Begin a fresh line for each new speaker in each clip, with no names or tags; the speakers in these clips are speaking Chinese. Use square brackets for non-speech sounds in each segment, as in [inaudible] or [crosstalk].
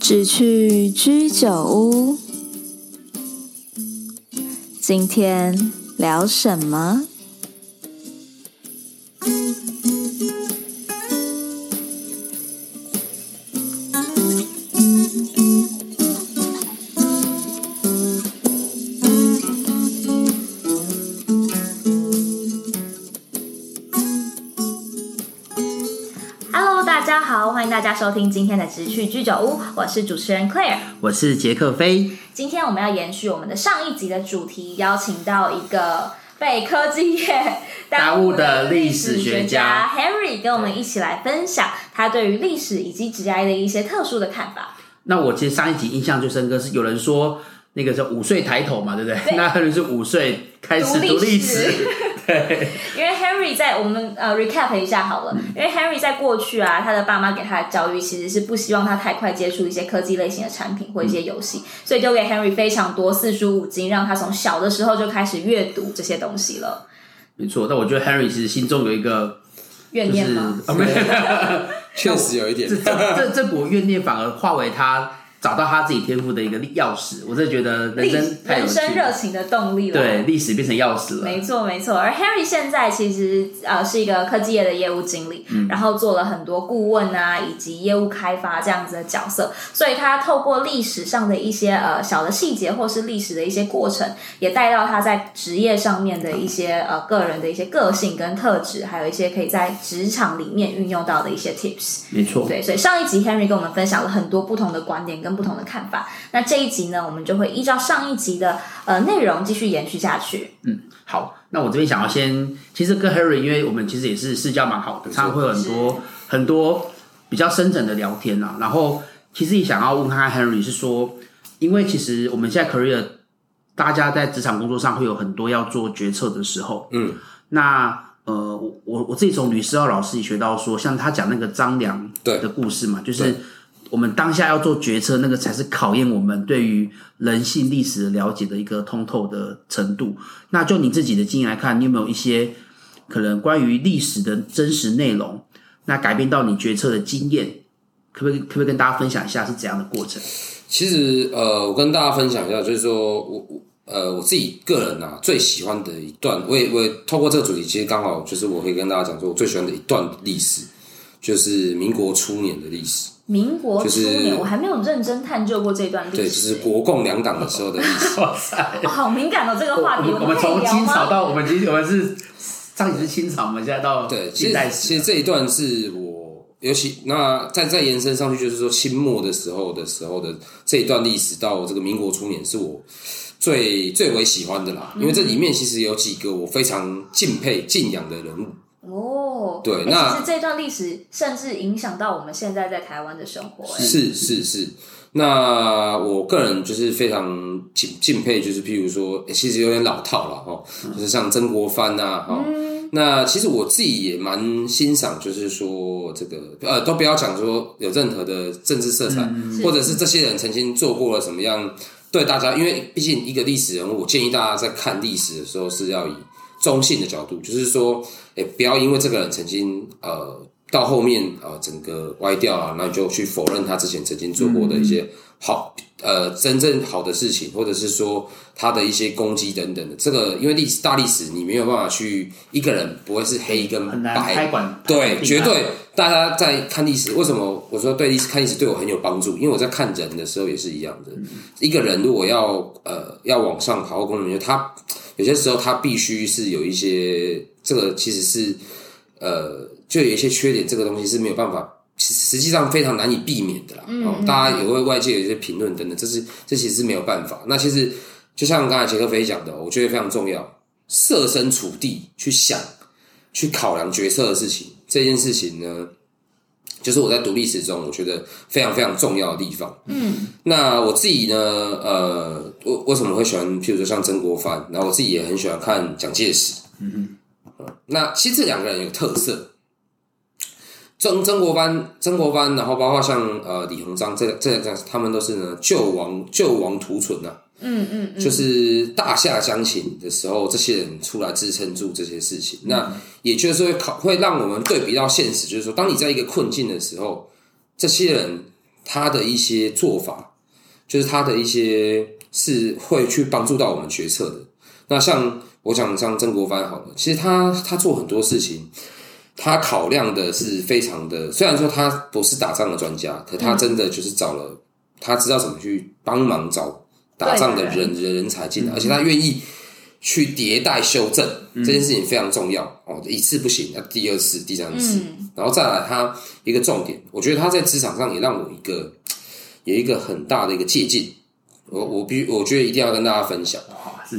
是去居酒屋。今天聊什么？
Hello，大家好，欢迎大家收听今天的《直趣居酒屋》，我是主持人 Claire。
我是杰克飞，
今天我们要延续我们的上一集的主题，邀请到一个被科技业耽误的历史学家 Harry，跟我们一起来分享他对于历史以及职涯的一些特殊的看法。
那我其实上一集印象最深刻是有人说那个是五岁抬头嘛，对不对？那他人是五岁开始
读
读
历
历
史
史，对，
因为 Harry 在我们呃 recap 一下好
嗯
了，因为 Harry 在过去啊，他的爸妈给他的教育其实是不希望他太快接触一些科技类型的产品或一些游戏，
嗯
所以就给 Harry 非常多四书五经，让他从小的时候就开始阅读这些东西了。
没错。但我觉得 Harry 其实心中有一个
怨
就
念
是
吗？
啊，没有，
确实有一点
这。这这这股怨念反而化为他找到他自己天赋的一个钥匙。我真的觉得人
历
生太有
人
趣
生热
了，
情的动力了。
对，历史变成钥匙了。
没错，没错。而 Harry 现在其实呃是一个科技业的业务经理，然后做了很多顾问啊，以及业务开发这样子的角色，所以他透过历史上的一些呃小的细节，或是历史的一些过程，也带到他在职业上面的一些呃个人的一些个性跟特质，还有一些可以在职场里面运用到的一些 tips。
没错，
对，所以上一集 Henry 跟我们分享了很多不同的观点跟不同的看法。那这一集呢，我们就会依照上一集的呃内容继续延续下去。
好，那我这边想要先，其实跟 Harry，因为我们其实也是私交蛮好的，常常会有很
是
多很多比较深层的聊天啊。然后其实也想要问看看 Harry 是说，因为其实我们现在 career，大家在职场工作上会有很多要做决策的时候，
嗯，
那呃，我我我自己从吕思浩老师里学到说，像他讲那个张良
对
的故事嘛，就是
对
我们当下要做决策，那个才是考验我们对于人性历史的了解的一个通透的程度。那就你自己的经验来看，你有没有一些可能关于历史的真实内容，那改变到你决策的经验？可不可以可不可以跟大家分享一下是怎样的过程？
其实呃，我跟大家分享一下，就是说我我呃我自己个人啊最喜欢的一段，我也我也透过这个主题，其实刚好就是我会跟大家讲说，我最喜欢的一段历史，就是民国初年的历史，
民国初年，
就是
我还没有认真探究过这段历史。
对，就是国共两党的时候的历史。
哇塞！
哦好敏感哦，这个话题
我我们
们可以
从
聊
清朝
吗？
到我们其实我们是上一次清朝，我们现在到
对，其
近
实
代史
其实这一段是我，尤其那再再延伸上去，就是说清末的时候的时候的这一段历史，到这个民国初年，是我最最为喜欢的啦。因为这里面其实有几个我非常敬佩、敬仰的人物。
哦，
对
哎
那
其实这段历史甚至影响到我们现在在台湾的生活。哎
是是是。那我个人就是非常敬敬佩，就是譬如说，诶其实有点老套了哦，就是像曾国藩呐、啊，哦，那其实我自己也蛮欣赏，就是说这个呃，都不要讲说有任何的政治色彩，或者是这些人曾经做过了什么样对大家，因为毕竟一个历史人物，我建议大家在看历史的时候是要以中性的角度，就是说，诶、不要因为这个人曾经呃到后面呃整个歪掉了，那你就去否认他之前曾经做
嗯
过的一些好、呃真正好的事情，或者是说他的一些攻击等等的。这个因为历史大历史，你没有办法去一个人不会是黑跟
很难
白
开，馆，
对，绝
定案啊
对。大家在看历史，为什么我说对历史看历史对我很有帮助？因为我在看人的时候也是一样的。一个人如果要呃要往上考或功能，他有些时候他必须是有一些这个其实是呃就有一些缺点，这个东西是没有办法。其实实际上非常难以避免的啦，哦，大家也会外界有一些评论等等，这是这其实是没有办法。那其实就像刚才杰克飞讲的，我觉得非常重要，设身处地去想去考量决策的事情，这件事情呢，就是我在读历史中我觉得非常非常重要的地方。
嗯，
那我自己呢，呃，我为什么会喜欢，譬如说像曾国藩，然后我自己也很喜欢看蒋介石。嗯那其实这两个人有特色。曾曾国藩，曾国藩，然后包括像呃李鸿章，这这这他们都是呢救亡救亡图存呐、
嗯嗯嗯，
就是大夏将倾的时候，这些人出来支撑住这些事情，
嗯
那也就是会考，会让我们对比到现实，就是说，当你在一个困境的时候，这些人他的一些做法，就是他的一些是会去帮助到我们决策的。那像我讲像曾国藩好了，其实他他做很多事情，他考量的是非常的，虽然说他不是打仗的专家，可他真的就是找了，他知道怎么去帮忙找打仗的人嗯人人才进来，而且他愿意去迭代修正、这件事情非常重要哦，一次不行，那第二次、第三次，
嗯
然后再来他一个重点，我觉得他在职场上也让我一个有一个很大的一个借鉴，我我必须我觉得一定要跟大家分享。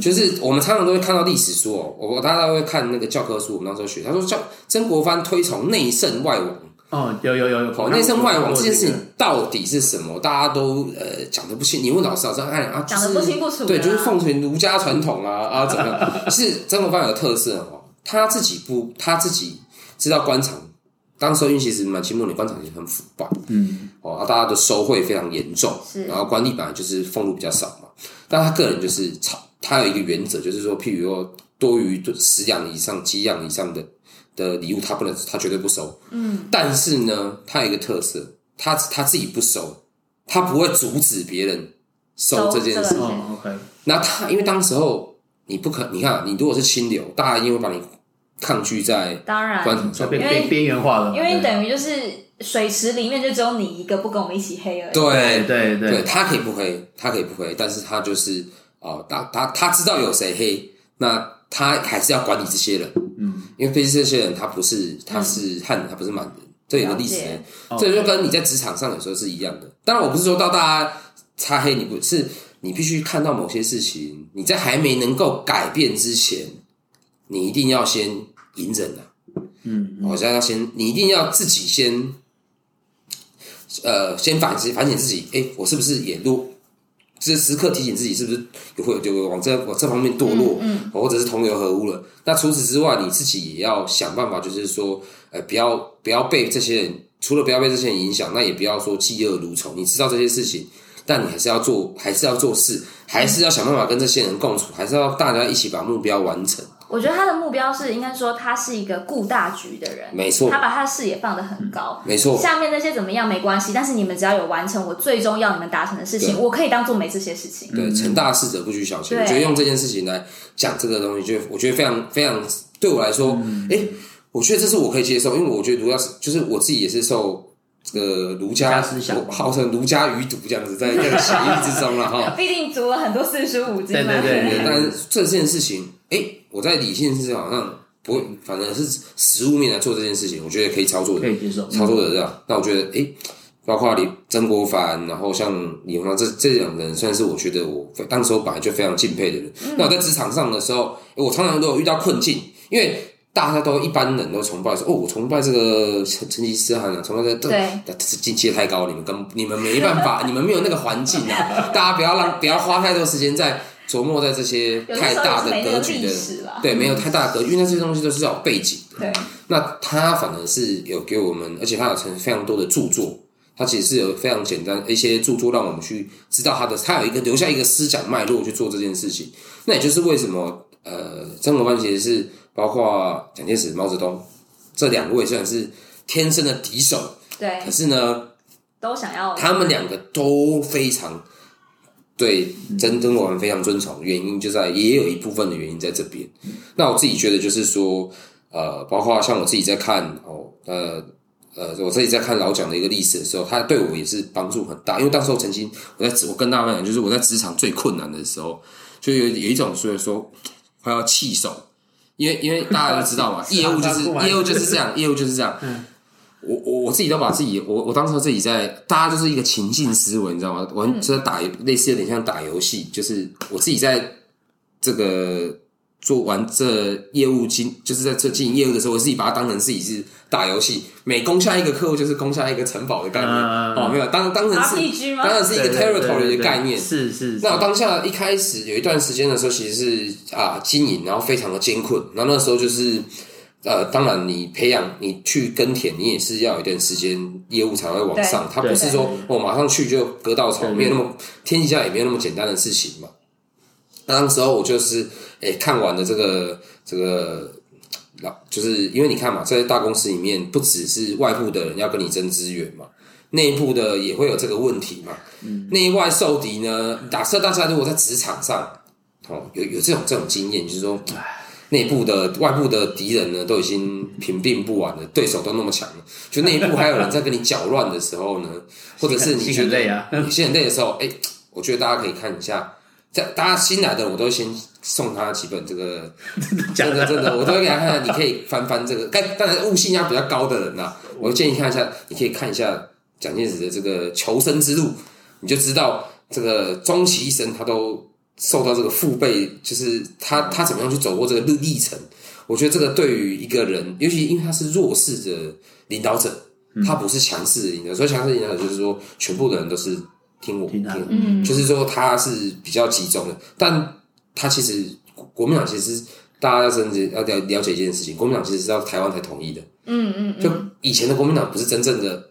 就是我们常常都会看到历史书哦，我我大家都会看那个教科书，我们那时候学，他说教曾国藩推崇内圣外王，
哦，有有有有，
哦，
那
内圣外王
我
这件事情到底是什么？大家都呃讲的不清，你问老师，老师哎啊，
讲得
就是
不清不楚的啊
对，就是奉承儒家传统啊啊怎
[laughs]
么样？是曾国藩有特色哦，他自己不他自己知道官场，当时候因为其实满清末年官场也很腐败，
嗯，
哦，啊大家的收贿非常严重
是，
然后官吏本来就是俸禄比较少嘛，但他个人就是草，他有一个原则，就是说，譬如说多于十两以上、几两以上的的礼物，他不能，他绝对不收。嗯，但是呢，他有一个特色，他他自己不收，他不会阻止别人收
收
这件
这个
事。
对
哦，OK，
那他因为当时候你不可，你看啊你如果是清流，大家一定会把你抗拒在
当然，
官场
就
上。
被
因为
被边缘化了嘛，
因为
对
等于就是水池里面就只有你一个不跟我们一起黑而已。
对
对
对，他可以不黑，他可以不黑，但是他就是哦，他他他知道有谁黑，那他还是要管理这些人，
嗯，
因为毕竟这些人他不是他是汉人，他不是满人，这有个历史
嗯了解，
这就跟你在职场上有时候是一样的。当然，我不是说到大家擦黑，你不是你必须看到某些事情，你在还没能够改变之前，你一定要先隐忍啊。
嗯，
好像要先，你一定要自己先，呃，先反思反省自己，哎、我是不是也落？就是时刻提醒自己，是不是有会有往这往这方面堕落，
嗯
哦或者是同流合污了？那除此之外，你自己也要想办法，就是说，呃，不要不要被这些人，除了不要被这些人影响，那也不要说嫉恶如仇。你知道这些事情，但你还是要做，还是要做事，还是要想办法跟这些人共处，还是要大家一起把目标完成。
我觉得他的目标是，应该说他是一个顾大局的人，
没错嗯
他把他的视野放得很高。
没错，
下面那些怎么样没关系，但是你们只要有完成我最终要你们达成的事情，
对
我可以当做没这些事情。
对，成大事者不拘小节。
对
我觉得用这件事情来讲这个东西，就我觉得非常非常对我来说，
嗯
诶，我觉得这是我可以接受，因为我觉得儒家是就是我自己也是受这个儒
儒
家
家思想
我号称儒家余毒这样子，在这个协议之中了哈。
毕竟读了很多四书五经
对
嘛，
对对
对，但是这件事情，诶，我在理性是好像不会，反正是实物面来做这件事情，我觉得可以操作的
可。以接受，
操作者这样。那我觉得，诶，包括李曾国藩，然后像李鸿章这这两个人，算是我觉得我非当时我本来就非常敬佩的人。那我在职场上的时候，诶我常常都有遇到困境，因为。大家都一般人都崇拜说哦，我崇拜这个成成吉思汗啊，崇拜这个，
对
但是境界太高，你们跟你们没办法，你们没有那个环境
[laughs]
啊，大家不要让不要花太多时间在琢磨在这些
有
太
的时候也
大
是
的
没那
格
个
局
历
的，
史啦。嗯
对，没有太大的格局，因为那些东西都是要有背景的。
对，
那他反而是有给我们，而且他有成非常多的著作，他其实是有非常简单一些著作，让我们去知道他的，他有一个留下一个思想脉络去做这件事情。那也就是为什么，呃，曾国藩其实是包括蒋介石、毛泽东这两位虽然是天生的敌手，
对
可，是呢，
都想要
他们两个都非常对曾曾国藩非常尊崇，原因就在也有一部分的原因在这边。那我自己觉得就是说，呃，包括像我自己在看哦，呃呃，我自己在看老蒋的一个历史的时候，他对我也是帮助很大。因为当时候曾经我在职我跟大家分享，就是我在职场最困难的时候，就有有一种所以说快要弃手，因为因为大家都知道 [laughs] 嘛，业务就是
不完
业务就是啊嗯这样，业务就是这样。我我我自己都把自己，我我当时自己在，大家就是一个情境思维，你知道吗？玩就在打游，类似有点像打游戏，就是我自己在这个做完这业务经，就是在这经营业务的时候，我自己把它当成自己是打游戏，每攻下一个客户就是攻下一个城堡的概念，
嗯
哦，没有，当当成是
RPG 吗
当然是一个
对对对对
territory
对
的概念，
是是，
那我
是
当下一开始有一段时间的时候，其实是啊经营，然后非常的艰困。然后那时候就是呃，当然你培养你去耕田，你也是要有一段时间业务才会往上，
对
它不是说我、哦马上去就割稻草，
对
没有那么天底下也没有那么简单的事情嘛。那当时候我就是诶、看完了这个这个老，就是因为你看嘛，在大公司里面不只是外部的人要跟你争资源嘛，内部的也会有这个问题嘛。
嗯
内外受敌呢，假设大家如果在职场上，哦，有有这种这种经验，就是说内部的、外部的敌人呢，都已经平定不完了，对手都那么强了，就内部还有人在跟你搅乱的
[laughs]
时候呢，或者是你
心
觉
很
得
累啊
你心很累的时候，哎、我觉得大家可以看一下。在大家新来的，我都先送他几本这个
假
真的真的，我都会给他看看，你可以翻翻这个。但当然，悟性要比较高的人呐、我建议看一下，你可以看一下蒋介石的这个求生之路，你就知道这个终其一生，他都受到这个父辈，就是他他怎么样去走过这个历历程。我觉得这个对于一个人，尤其因为他是弱势的领导者，
嗯
他不是强势的领导者，所以强势领导者就是说，全部的人都是听我
听他
听，
嗯
就是说他是比较集中的，但他其实国民党其实大家要甚至要了了解一件事情，国民党其实是到台湾才统一的，
嗯嗯
就
嗯，
以前的国民党不是真正的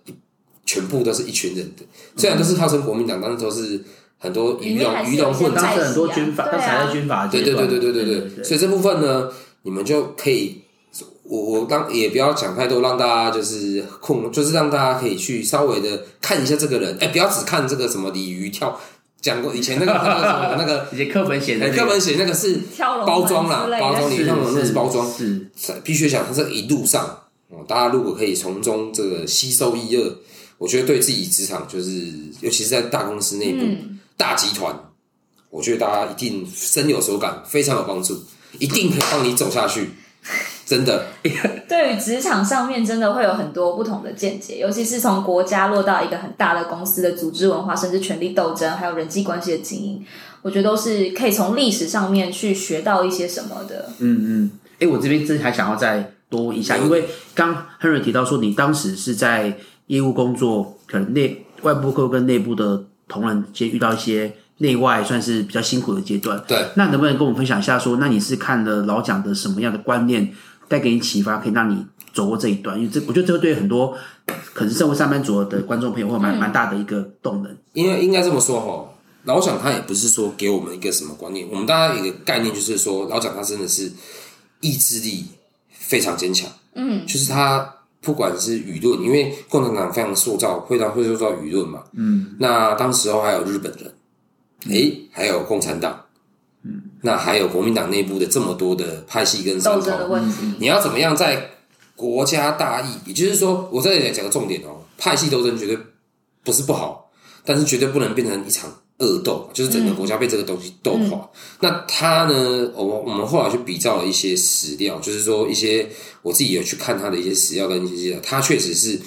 全部都是一群人的，虽然都是号称国民党，但是都是很多
里嗯
鱼
面还
龙
是
鱼
有
龙
一些
混
当
杂
时很多
在
军阀，
对啊
当时还在军阀阶
对对
段
对对对对对，所以这部分呢，你们就可以，我我当也不要讲太多，让大家就是控，就是让大家可以去稍微的看一下这个人，哎，不要只看这个什么鲤鱼跳，讲过以前那个那个什么那个，
以些课本写的
哎，
那个
课本写那个是
跳龙门
包装啦
之类，的
包装鲤鱼跳龙门那
是
是包装，
是
必须讲，它这一路上，哦，大家如果可以从中这个吸收一二，我觉得对自己职场就是，尤其是在大公司内部、
嗯
大集团，我觉得大家一定深有所感，非常有帮助，一定可以帮你走
[laughs]
下去，真的。
对于职场上面真的会有很多不同的见解，尤其是从国家落到一个很大的公司的组织文化，甚至权力斗争，还有人际关系的经营，我觉得都是可以从历史上面去学到一些什么的。
嗯嗯，哎，我这边真还想要再多问一下，因为刚 Henry 提到说你当时是在业务工作，可能内外部客户跟内部的同仁间遇到一些内外算是比较辛苦的阶段，
对，
那能不能跟我们分享一下说那你是看了老蒋的什么样的观念带给你启发，可以让你走过这一段？因为这我觉得这个对很多可能身为上班族的观众朋友会有蛮蛮大的一个动能。
因为应该这么说哈，老蒋他也不是说给我们一个什么观念，我们大家有一个概念就是说，老蒋他真的是意志力非常坚强。
嗯
就是他不管是舆论，因为共产党非常塑造，非常会塑造舆论嘛。嗯，那当时候还有日本人，诶、还有共产党，嗯，那还有国民党内部的这么多的派系跟山
斗
头
争的问题，
你要怎么样在国家大义，也就是说，我这里讲个重点哦，派系斗争绝对不是不好，但是绝对不能变成一场恶斗，就是整个国家被这个东西斗垮。
嗯
那他呢，我我们后来去比照了一些史料，就是说一些我自己有去看他的一些史料跟一些资料，他确实是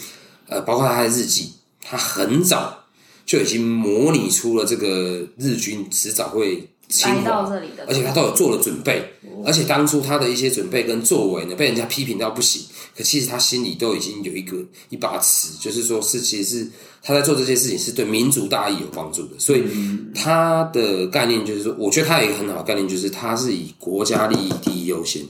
呃，包括他的日记，他很早就已经模拟出了这个日军迟早会侵
来
华
到这里的，
而且他都有做了准备，而且当初他的一些准备跟作为呢，被人家批评到不行，可其实他心里都已经有一个一把尺，就是说是其实是他在做这些事情是对民族大义有帮助的，所以他的概念就是说，我觉得他有一个很好的概念，就是他是以国家利益第一优先。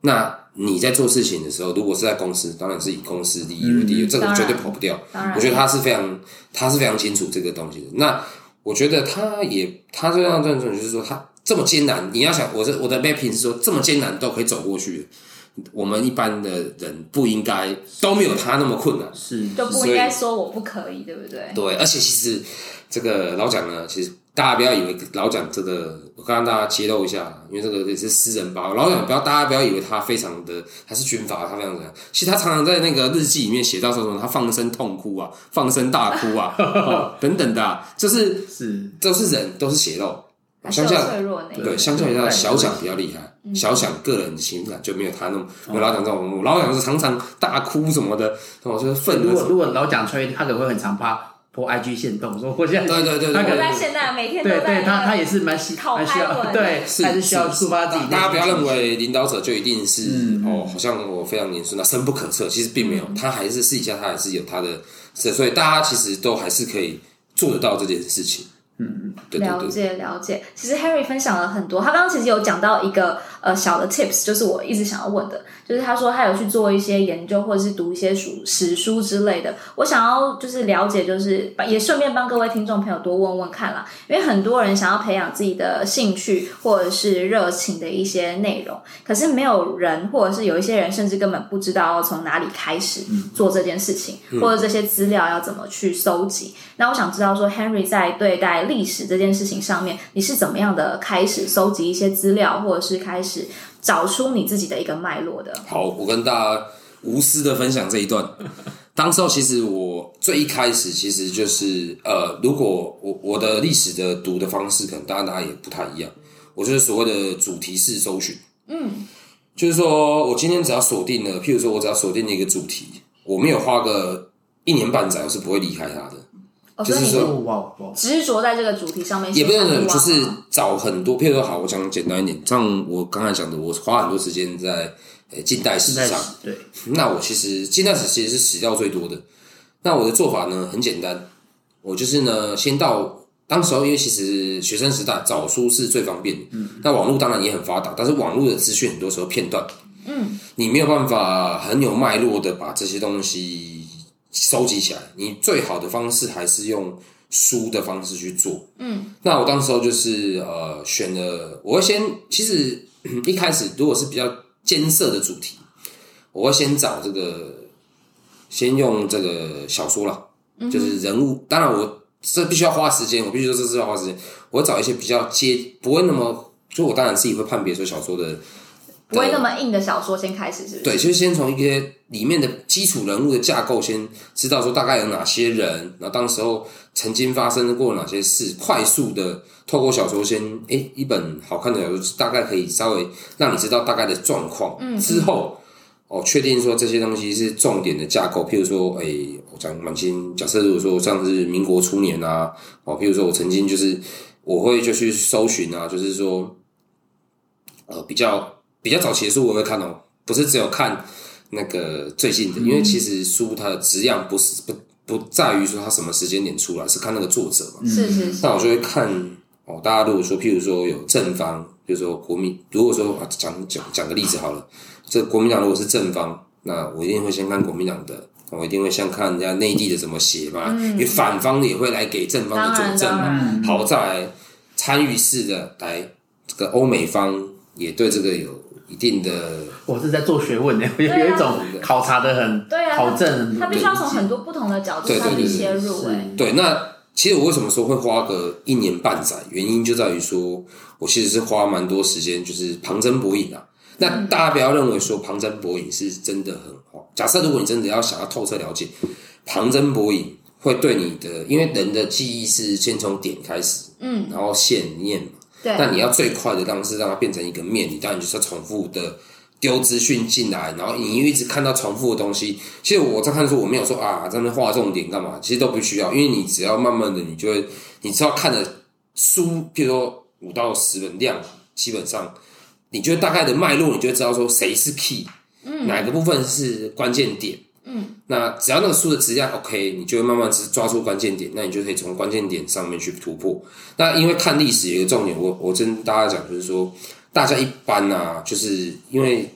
那你在做事情的时候，如果是在公司，当然是以公司利益为第一，这个
当然
绝对跑不掉。
当然
我觉得他是非常，他是非常清楚这个东西的。那我觉得他也，他这样这种就是说，他这么艰难，你要想，我这我的 mapping 是说这么艰难都可以走过去，我们一般的人不应该都没有他那么困难。
是
就不应该说我不可以，对不对？
对，而且其实这个老蒋呢，其实大家不要以为老蒋这个，我刚刚大家揭露一下，因为这个也是私人包。老蒋不要大家不要以为他非常的他是军阀，他非常怎样。其实他常常在那个日记里面写到说什么，他放声痛哭啊，放声大哭啊，
[laughs]
哦等等的、啊，就是
是
都是人，都是血肉。
还是
乡
有
下
脆弱那一
啊对，
面
相较于他
对
的
哦
小蒋比较厉害，小蒋个人的情感就没有他那么，我老蒋这种，我老蒋是常常大哭什么的，我就是愤
如
怒
果
什么的。
如果老蒋穿越，他可能会很常怕破 IG 限动，说我现在
对对对对
他可
活
能
在现在，每天都
对
在那
对，
个
他他也是蛮需
烤
蛮需
拍
要，
文
对，
是
他还是需要
是
抒发自己。
大家不要认，为领导者就一定是、
嗯
哦，好像我非常年顺，那深不可测。其实并没有，他还是私底下他还是有他的，所以大家其实都还是可以做得到这件事情。
嗯
对对
了
对，
解了解，其实 Harry 分享了很多，他刚刚其实有讲到一个呃小的 tips，就是我一直想要问的，就是他说他有去做一些研究或者是读一些书史书之类的，我想要就是了解，就是也顺便帮各位听众朋友多问问看啦，因为很多人想要培养自己的兴趣或者是热情的一些内容，可是没有人或者是有一些人甚至根本不知道要从哪里开始做这件事情，
嗯
或者这些资料要怎么去搜集，那我想知道说，Henry 在对待历史这件事情上面，你是怎么样的开始搜集一些资料，或者是开始找出你自己的一个脉络的？
好，我跟大家无私的分享这一段。 [laughs] 当时候其实我最一开始其实就是呃，如果我我的历史的读的方式，可能大家大家也不太一样。我就是所谓的主题式搜寻，嗯，就是说我今天只要锁定了，譬如说我只要锁定了一个主题，我没有花个一年半载，我是不会离开它的。
哦，
就
所
是
以
说
你
哦哇哇，
执着在这个主题上面，
也不
是想
能
要挖
就是
吗
找很多，譬如说，好，我讲简单一点，像我刚才讲的，我花很多时间在呃近代史
现在
上，
对，
那我其实近代史其实是史料最多的。那我的做法呢很简单，我就是呢先到当时候，因为其实学生时代找书是最方便的，嗯，那网络当然也很发达，但是网络的资讯很多时候片段，嗯，你没有办法很有脉络的把这些东西收集起来，你最好的方式还是用书的方式去做，嗯，那我当时候就是呃选了，我会先其实 [clears throat] 一开始如果是比较艰涩的主题。我会先找这个，先用这个小说啦，就是人物。当然我，这必须要花时间，我必须说这是要花时间。我会找一些比较接，不会那么，就我当然自己会判别说小说的
不会那么硬的小说先开始，是不是？
对，就是先从一些里面的基础人物的架构先知道说大概有哪些人，然后当时候曾经发生过哪些事，快速的透过小说先，诶，一本好看的小说，大概可以稍微让你知道大概的状况，嗯，之后。哦，确定说这些东西是重点的架构，譬如说，诶，我讲满清，假设如果说像是民国初年啊，哦，譬如说我曾经就是我会就去搜寻啊，就是说，呃，比较比较早期的书我会看哦，不是只有看那个最近的，因为其实书它的质量不是不不在于说它什么时间点出来，是看那个作者嘛。
是是是
那我就会看哦，大家如果说，譬如说有正方，比如说国民，如果说啊讲讲讲个例子好了，这国民党如果是正方，那我一定会先看国民党的。我一定会先看人家内地的怎么写嘛，因为反方的也会来给正方的佐
嗯
证
当然当
嘛。好在参与式的来，这个欧美方也对这个有一定的
我是在做学问的， [laughs] 有
啊
有一种考察的很，
对啊，
考证很，
他必须要从很多不同的角度
对
上去
对对
切入、
是
哎，
对，那其实我为什么说会花个一年半载，原因就在于说我其实是花蛮多时间，就是旁征博引啊。那大家不要认为说旁征博引是真的很花。假设如果你真的要想要透彻了解，旁征博引会对你的，因为人的记忆是先从点开始，嗯，然后线面嘛，
对
但你要最快的方式让它变成一个面，你当然就是要重复的丢资讯进来，然后你一直看到重复的东西。其实我在看书，我没有说啊，在那边画重点干嘛，其实都不需要，因为你只要慢慢的，你就会，你只要看的书，譬如说五到十本量，基本上你就会大概的脉络，你就会知道说谁是 key，嗯，哪个部分是关键点。嗯，那只要那个书的质量 OK，你就会慢慢只抓住关键点，那你就可以从关键点上面去突破。那因为看历史有一个重点，我我跟大家讲，就是说，大家一般啊，就是因为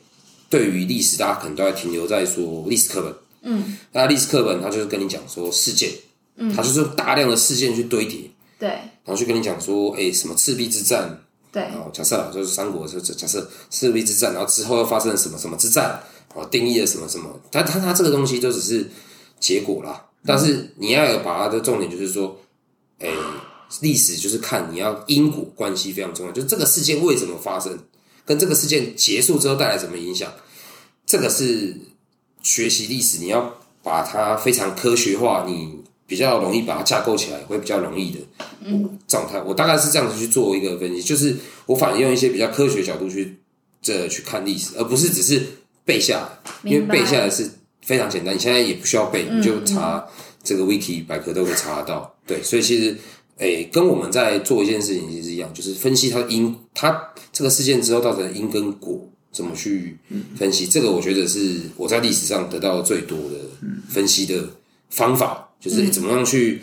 对于历史，大家可能都还停留在说历史课本，嗯，那历史课本它就是跟你讲说事件，嗯，它就是用大量的事件去堆叠，
对
然后去跟你讲说，哎，什么赤壁之战，
对
哦，假设啊，就是三国，就假设赤壁之战，然后之后又发生了什么什么之战，哦，定义了什么什么，但它它这个东西就只是结果啦。但是你要有把它的重点就是说，诶、历史就是看你要因果关系非常重要，就是这个事件为什么发生，跟这个事件结束之后带来什么影响，这个是学习历史你要把它非常科学化，你比较容易把它架构起来，会比较容易的。状态。我大概是这样子去做一个分析，就是我反而用一些比较科学角度去这去看历史，而不是只是背下来，因为
明白
背下来是非常简单，你现在也不需要背，你
嗯
就查这个 wiki 百科都会查得到。对，所以其实。诶、跟我们在做一件事情其实一样，就是分析它的因，它这个事件之后造成的因跟果怎么去
嗯
分析。这个我觉得是我在历
嗯
史上得到最多的分析的方法，就是、诶怎么样去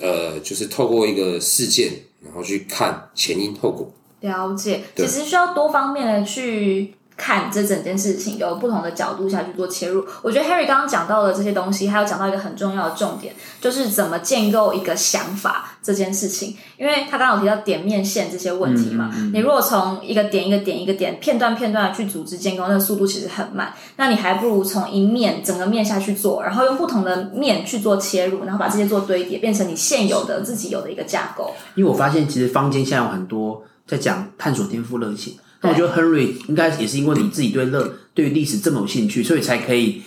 呃，就是透过一个事件，然后去看前因后果。
了解，
对
其实需要多方面的去看这整件事情，有不同的角度下去做切入。我觉得 Harry 刚刚讲到的这些东西，还有讲到一个很重要的重点，就是怎么建构一个想法这件事情。因为他刚刚有提到点面线这些问题
嗯
嘛，你如果从一个点一个点一个点片段片段的去组织建构，那个速度其实很慢。那你还不如从一面整个面下去做，然后用不同的面去做切入，然后把这些做堆叠，变成你现有的自己有的一个架构。
因为我发现其实坊间现在有很多在讲探索天赋热情，那我觉得 Henry 应该也是因为你自己对热对于历史这么有兴趣，所以才可以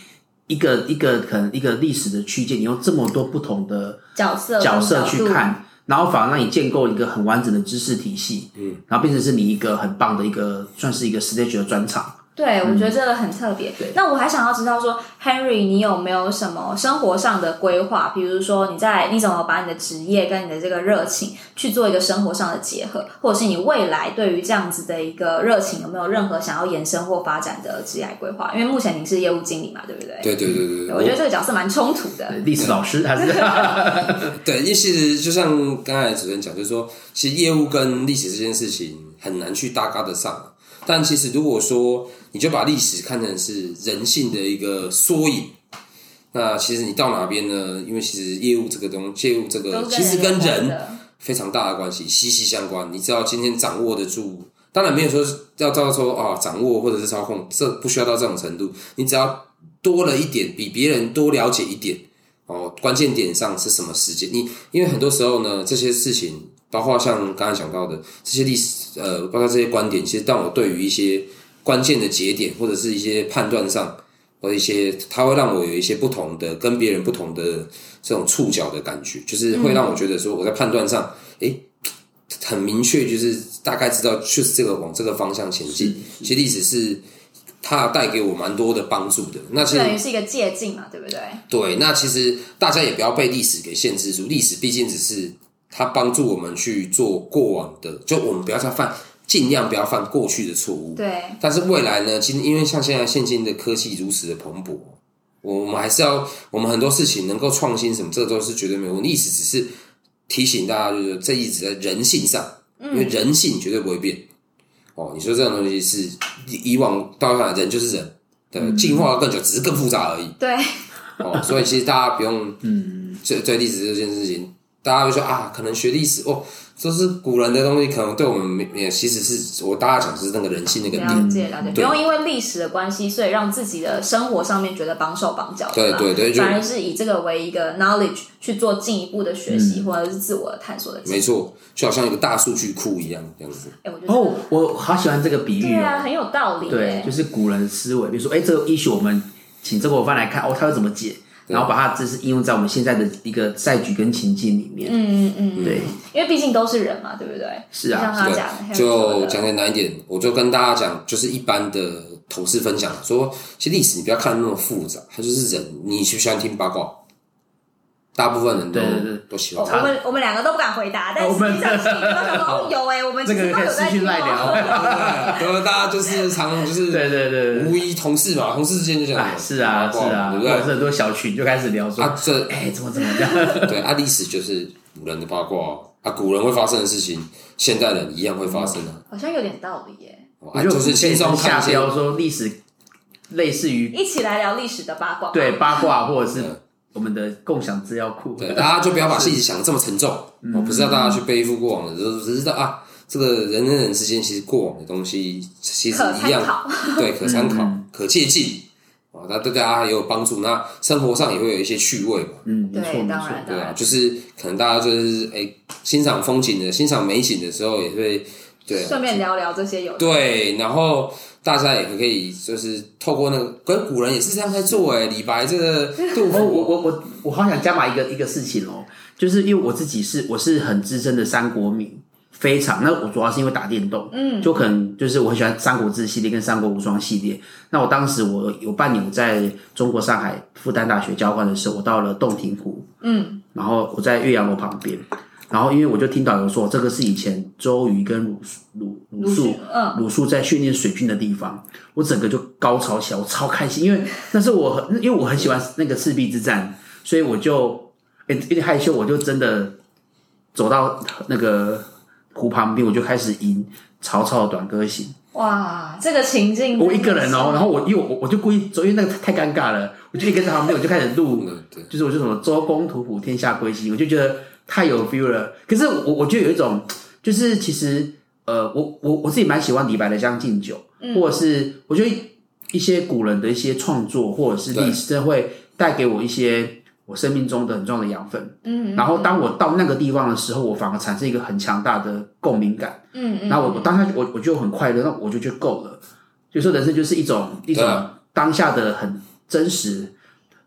一个一个可能一个历史的区间，你用这么多不同的
角色跟
角色去
角度
看，然后反而让你建构一个很完整的知识体系，
嗯，
然后变成是你一个很棒的一个算是一个 stage 的专场。
对，我
嗯
觉得这个很特别。
对
那我还想要知道说，Henry，你有没有什么生活上的规划？比如说，你在你怎么把你的职业跟你的这个热情去做一个生活上的结合，或者是你未来对于这样子的一个热情有没有任何想要延伸或发展的职业规划？因为目前你是业务经理嘛，对不对？
对对对对
对
对，
我觉得这个角色蛮冲突的。
呃历史老师还是 [laughs]
对，因为其实就像刚才主持人讲，就是说，其实业务跟历史这件事情很难去搭嘎得上。啊但其实如果说你就把历史看成是人性的一个缩影，那其实你到哪边呢？因为其实业务这个东，业务这个
都
其实跟
有关
人
的
非常大的关系，息息相关。你知道今天掌握得住，当然没有说是要到说啊掌握或者是操控，这不需要到这种程度。你只要多了一点，比别人多了解一点哦，关键点上是什么时间？你因为很多时候呢，这些事情，包括像刚才讲到的这些历史，呃，包括这些观点，其实让我对于一些关键的节点或者是一些判断上。或者一些，它会让我有一些不同的、跟别人不同的这种触角的感觉，就是会让我觉得说我在判断上，诶、很明确，就是大概知道就是这个往这个方向前进。其实历史是它带给我蛮多的帮助的。那其
这
实
等于是一个借镜嘛，对不对？
对，那其实大家也不要被历史给限制住，历史毕竟只是它帮助我们去做过往的，就我们不要再犯，尽量不要犯过去的错误。
对，
但是未来呢，今因为像现在现今的科技如此的蓬勃，我们还是要我们很多事情能够创新什么，这都是绝对没有问题。历史只是提醒大家，就是这一直在人性上，因为人性绝对不会变。哦，你说这种东西是以以往到下人就是人的进化更久，只是更复杂而已。
对，
哦，所以其实大家不用，嗯，对对历史这件事情，大家会说啊，可能学历史哦，这是古人的东西，可能对我们没没有，其实是我大家讲是那个人性那个
了
点，
解了解，嗯不
对
用因为历史的关系，所以让自己的生活上面觉得绑手绑脚的
对
啦
对对就
反而是以这个为一个 knowledge 去做进一步的学习、或者是自我的探索的经历。
没错，就好像一个大数据库一样这样子。
哎，我觉得、
哦，我好喜欢这个比喻
对啊，
哦，
很有道理
对，
耶
就。是古人思维，比如说，哎，这个 issue 我们请这个伙伴来看，哦，他会怎么解，然后把它这是应用在我们现在的一个赛局跟情境里面，
嗯嗯嗯，
对，
因为毕竟都是人嘛，对不对？
是啊
像他
对
讲的，Harry
就讲
说的
简单一点，我就跟大家讲，就是一般的同事分享说，其实历史你不要看那么复杂，它就是人，你喜不喜欢听八卦？大部分人都
对对对
都喜
我
欢。
我们我们两个都不敢回答，但
哦我
实
们
际
[laughs]
上心里面都想说哦有哎、我们其
这
实
个
都
可以
有
私
在
讯
听
来
哦。
聊，
对，大家就是常常就是
[laughs] 对对对对
无疑同事嘛，同事之间就
哎
讲
是啊是啊，
对
或
不
者是
对？
很多小群就开始聊
啊
说，，
这
哎，怎么怎么这样，
对啊，历史就是古人的八卦哦啊，古人会发生的事情，现代人一样会发生的，
好像有点道理耶，
我
啊，
觉得
就
嗯我们
是
可以
轻松看
下
一些
标说历史类似于
一起来聊历史的八卦。
对八卦或者是
嗯
我们的共享资料库，
对，大家就不要把自己想的这么沉重。
嗯
我不是要大家去背负过往的，只是只知道啊，这个人跟人之间其实过往的东西其实
可
一
参
样，
考，
对，可参考、
嗯
可借鉴啊，那对大家也有帮助。那生活上也会有一些趣味嘛，
嗯，没错
对，
没
当
错，
然当
对啊，
然，
就是可能大家就是哎、欣赏风景的、欣赏美景的时候，也会对啊
顺便聊聊这些有的
对，然后大家也可以就是透过那个跟古人也是这样在做哎、李白这个
我
杜
我
甫，
我我我好想加码一个一个事情哦，就是因为我自己是我是很资深的三国迷，非常。那我主要是因为打电动，嗯，就可能就是我很喜欢《三国志》系列跟《三国无双》系列。那我当时我有半年我在中国上海复旦大学交换的时候，我到了洞庭湖，
嗯，
然后我在岳阳楼旁边，然后因为我就听导游说，这个是以前周瑜跟鲁鲁鲁
鲁
肃
肃嗯
鲁肃在训练水军的地方，我整个就高潮起来，我超开心，因为那是我很因为我很喜欢那个赤壁之战，所以我就、诶有点害羞，我就真的走到那个湖旁边，我就开始吟曹操的《短歌行》。
哇，这个情境，
我一个人哦，然后我因为我我就故意走，因为那个太尴尬了，我就一个人在旁边，我就开始录
嗯，对
就是我就什么周公吐哺，天下归心，我就觉得太有 feel 了。可是我我觉得有一种，就是其实呃，我我我自己蛮喜欢李白的《将进酒》或者是我觉得一些古人的一些创作或者是历史，真的会带给我一些我生命中的很重要的养分。
嗯，嗯
然后当我到那个地方的时候，我反而产生一个很强大的共鸣感。
嗯嗯，
然后我我当下我我就很快乐，那我就觉得够了。所以说，人生就是一种一种
对啊
当下的很真实、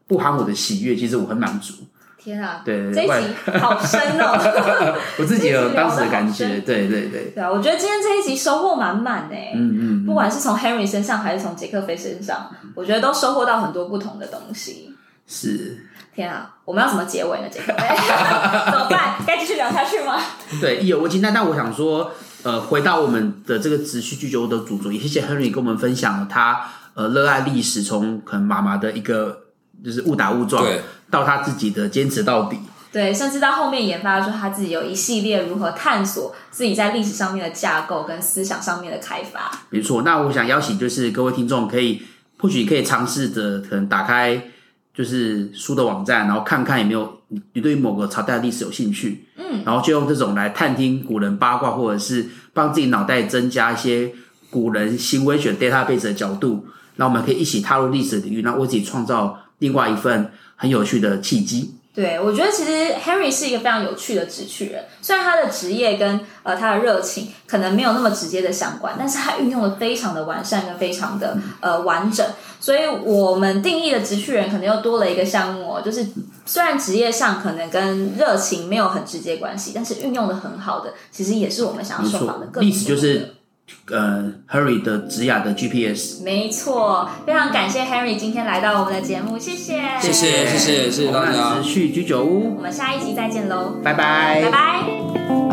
不含我的喜悦，其实我很满足。
天啊，
对对
这
对
一
不然
集好深哦。
[laughs]
[laughs]
我自己有当时的感
这一集聊得好
觉，
深
对对对，
对啊，我觉得今天这一集收获满满诶。
嗯嗯
不
嗯，
管是从 Henry 身上还是从杰克菲身上，我觉得都收获到很多不同的东西。
是，
天啊，我们要怎么结尾呢？杰克菲
[laughs]
怎么办？该继续聊下去吗？
对，意犹未尽。但但我想说，呃，回到我们的这个持续聚焦的主轴，也谢谢 Henry 跟我们分享了他呃热爱历史，从可能妈妈的一个就是误打误撞
对，
到他自己的坚持到底。
对，甚至到后面研发出他自己有一系列如何探索自己在历史上面的架构跟思想上面的开发。
没错，那我想邀请就是各位听众可以，或许可以尝试着可能打开就是书的网站，然后看看有没有你你对于某个朝代的历史有兴趣，嗯，然后就用这种来探听古人八卦，或者是帮自己脑袋增加一些古人行为学 database 的角度，那我们可以一起踏入历史领域，那为自己创造另外一份很有趣的契机。
对，我觉得其实 Henry 是一个非常有趣的直趣人，虽然他的职业跟呃他的热情可能没有那么直接的相关，但是他运用的非常的完善跟非常
嗯
的呃完整，所以我们定义的直趣人可能又多了一个项目、哦，就是虽然职业上可能跟热情没有很直接关系，但是运用的很好的，其实也是我们想要
没
受访的
错，
各种
历史就
人
是呃 Harry 的职涯的 GPS。
没错，非常感谢 Henry 今天来到我们的节目，谢谢，
谢谢谢谢谢谢大家
我们持续居酒屋
我。们下一集再见喽，
拜拜
拜拜。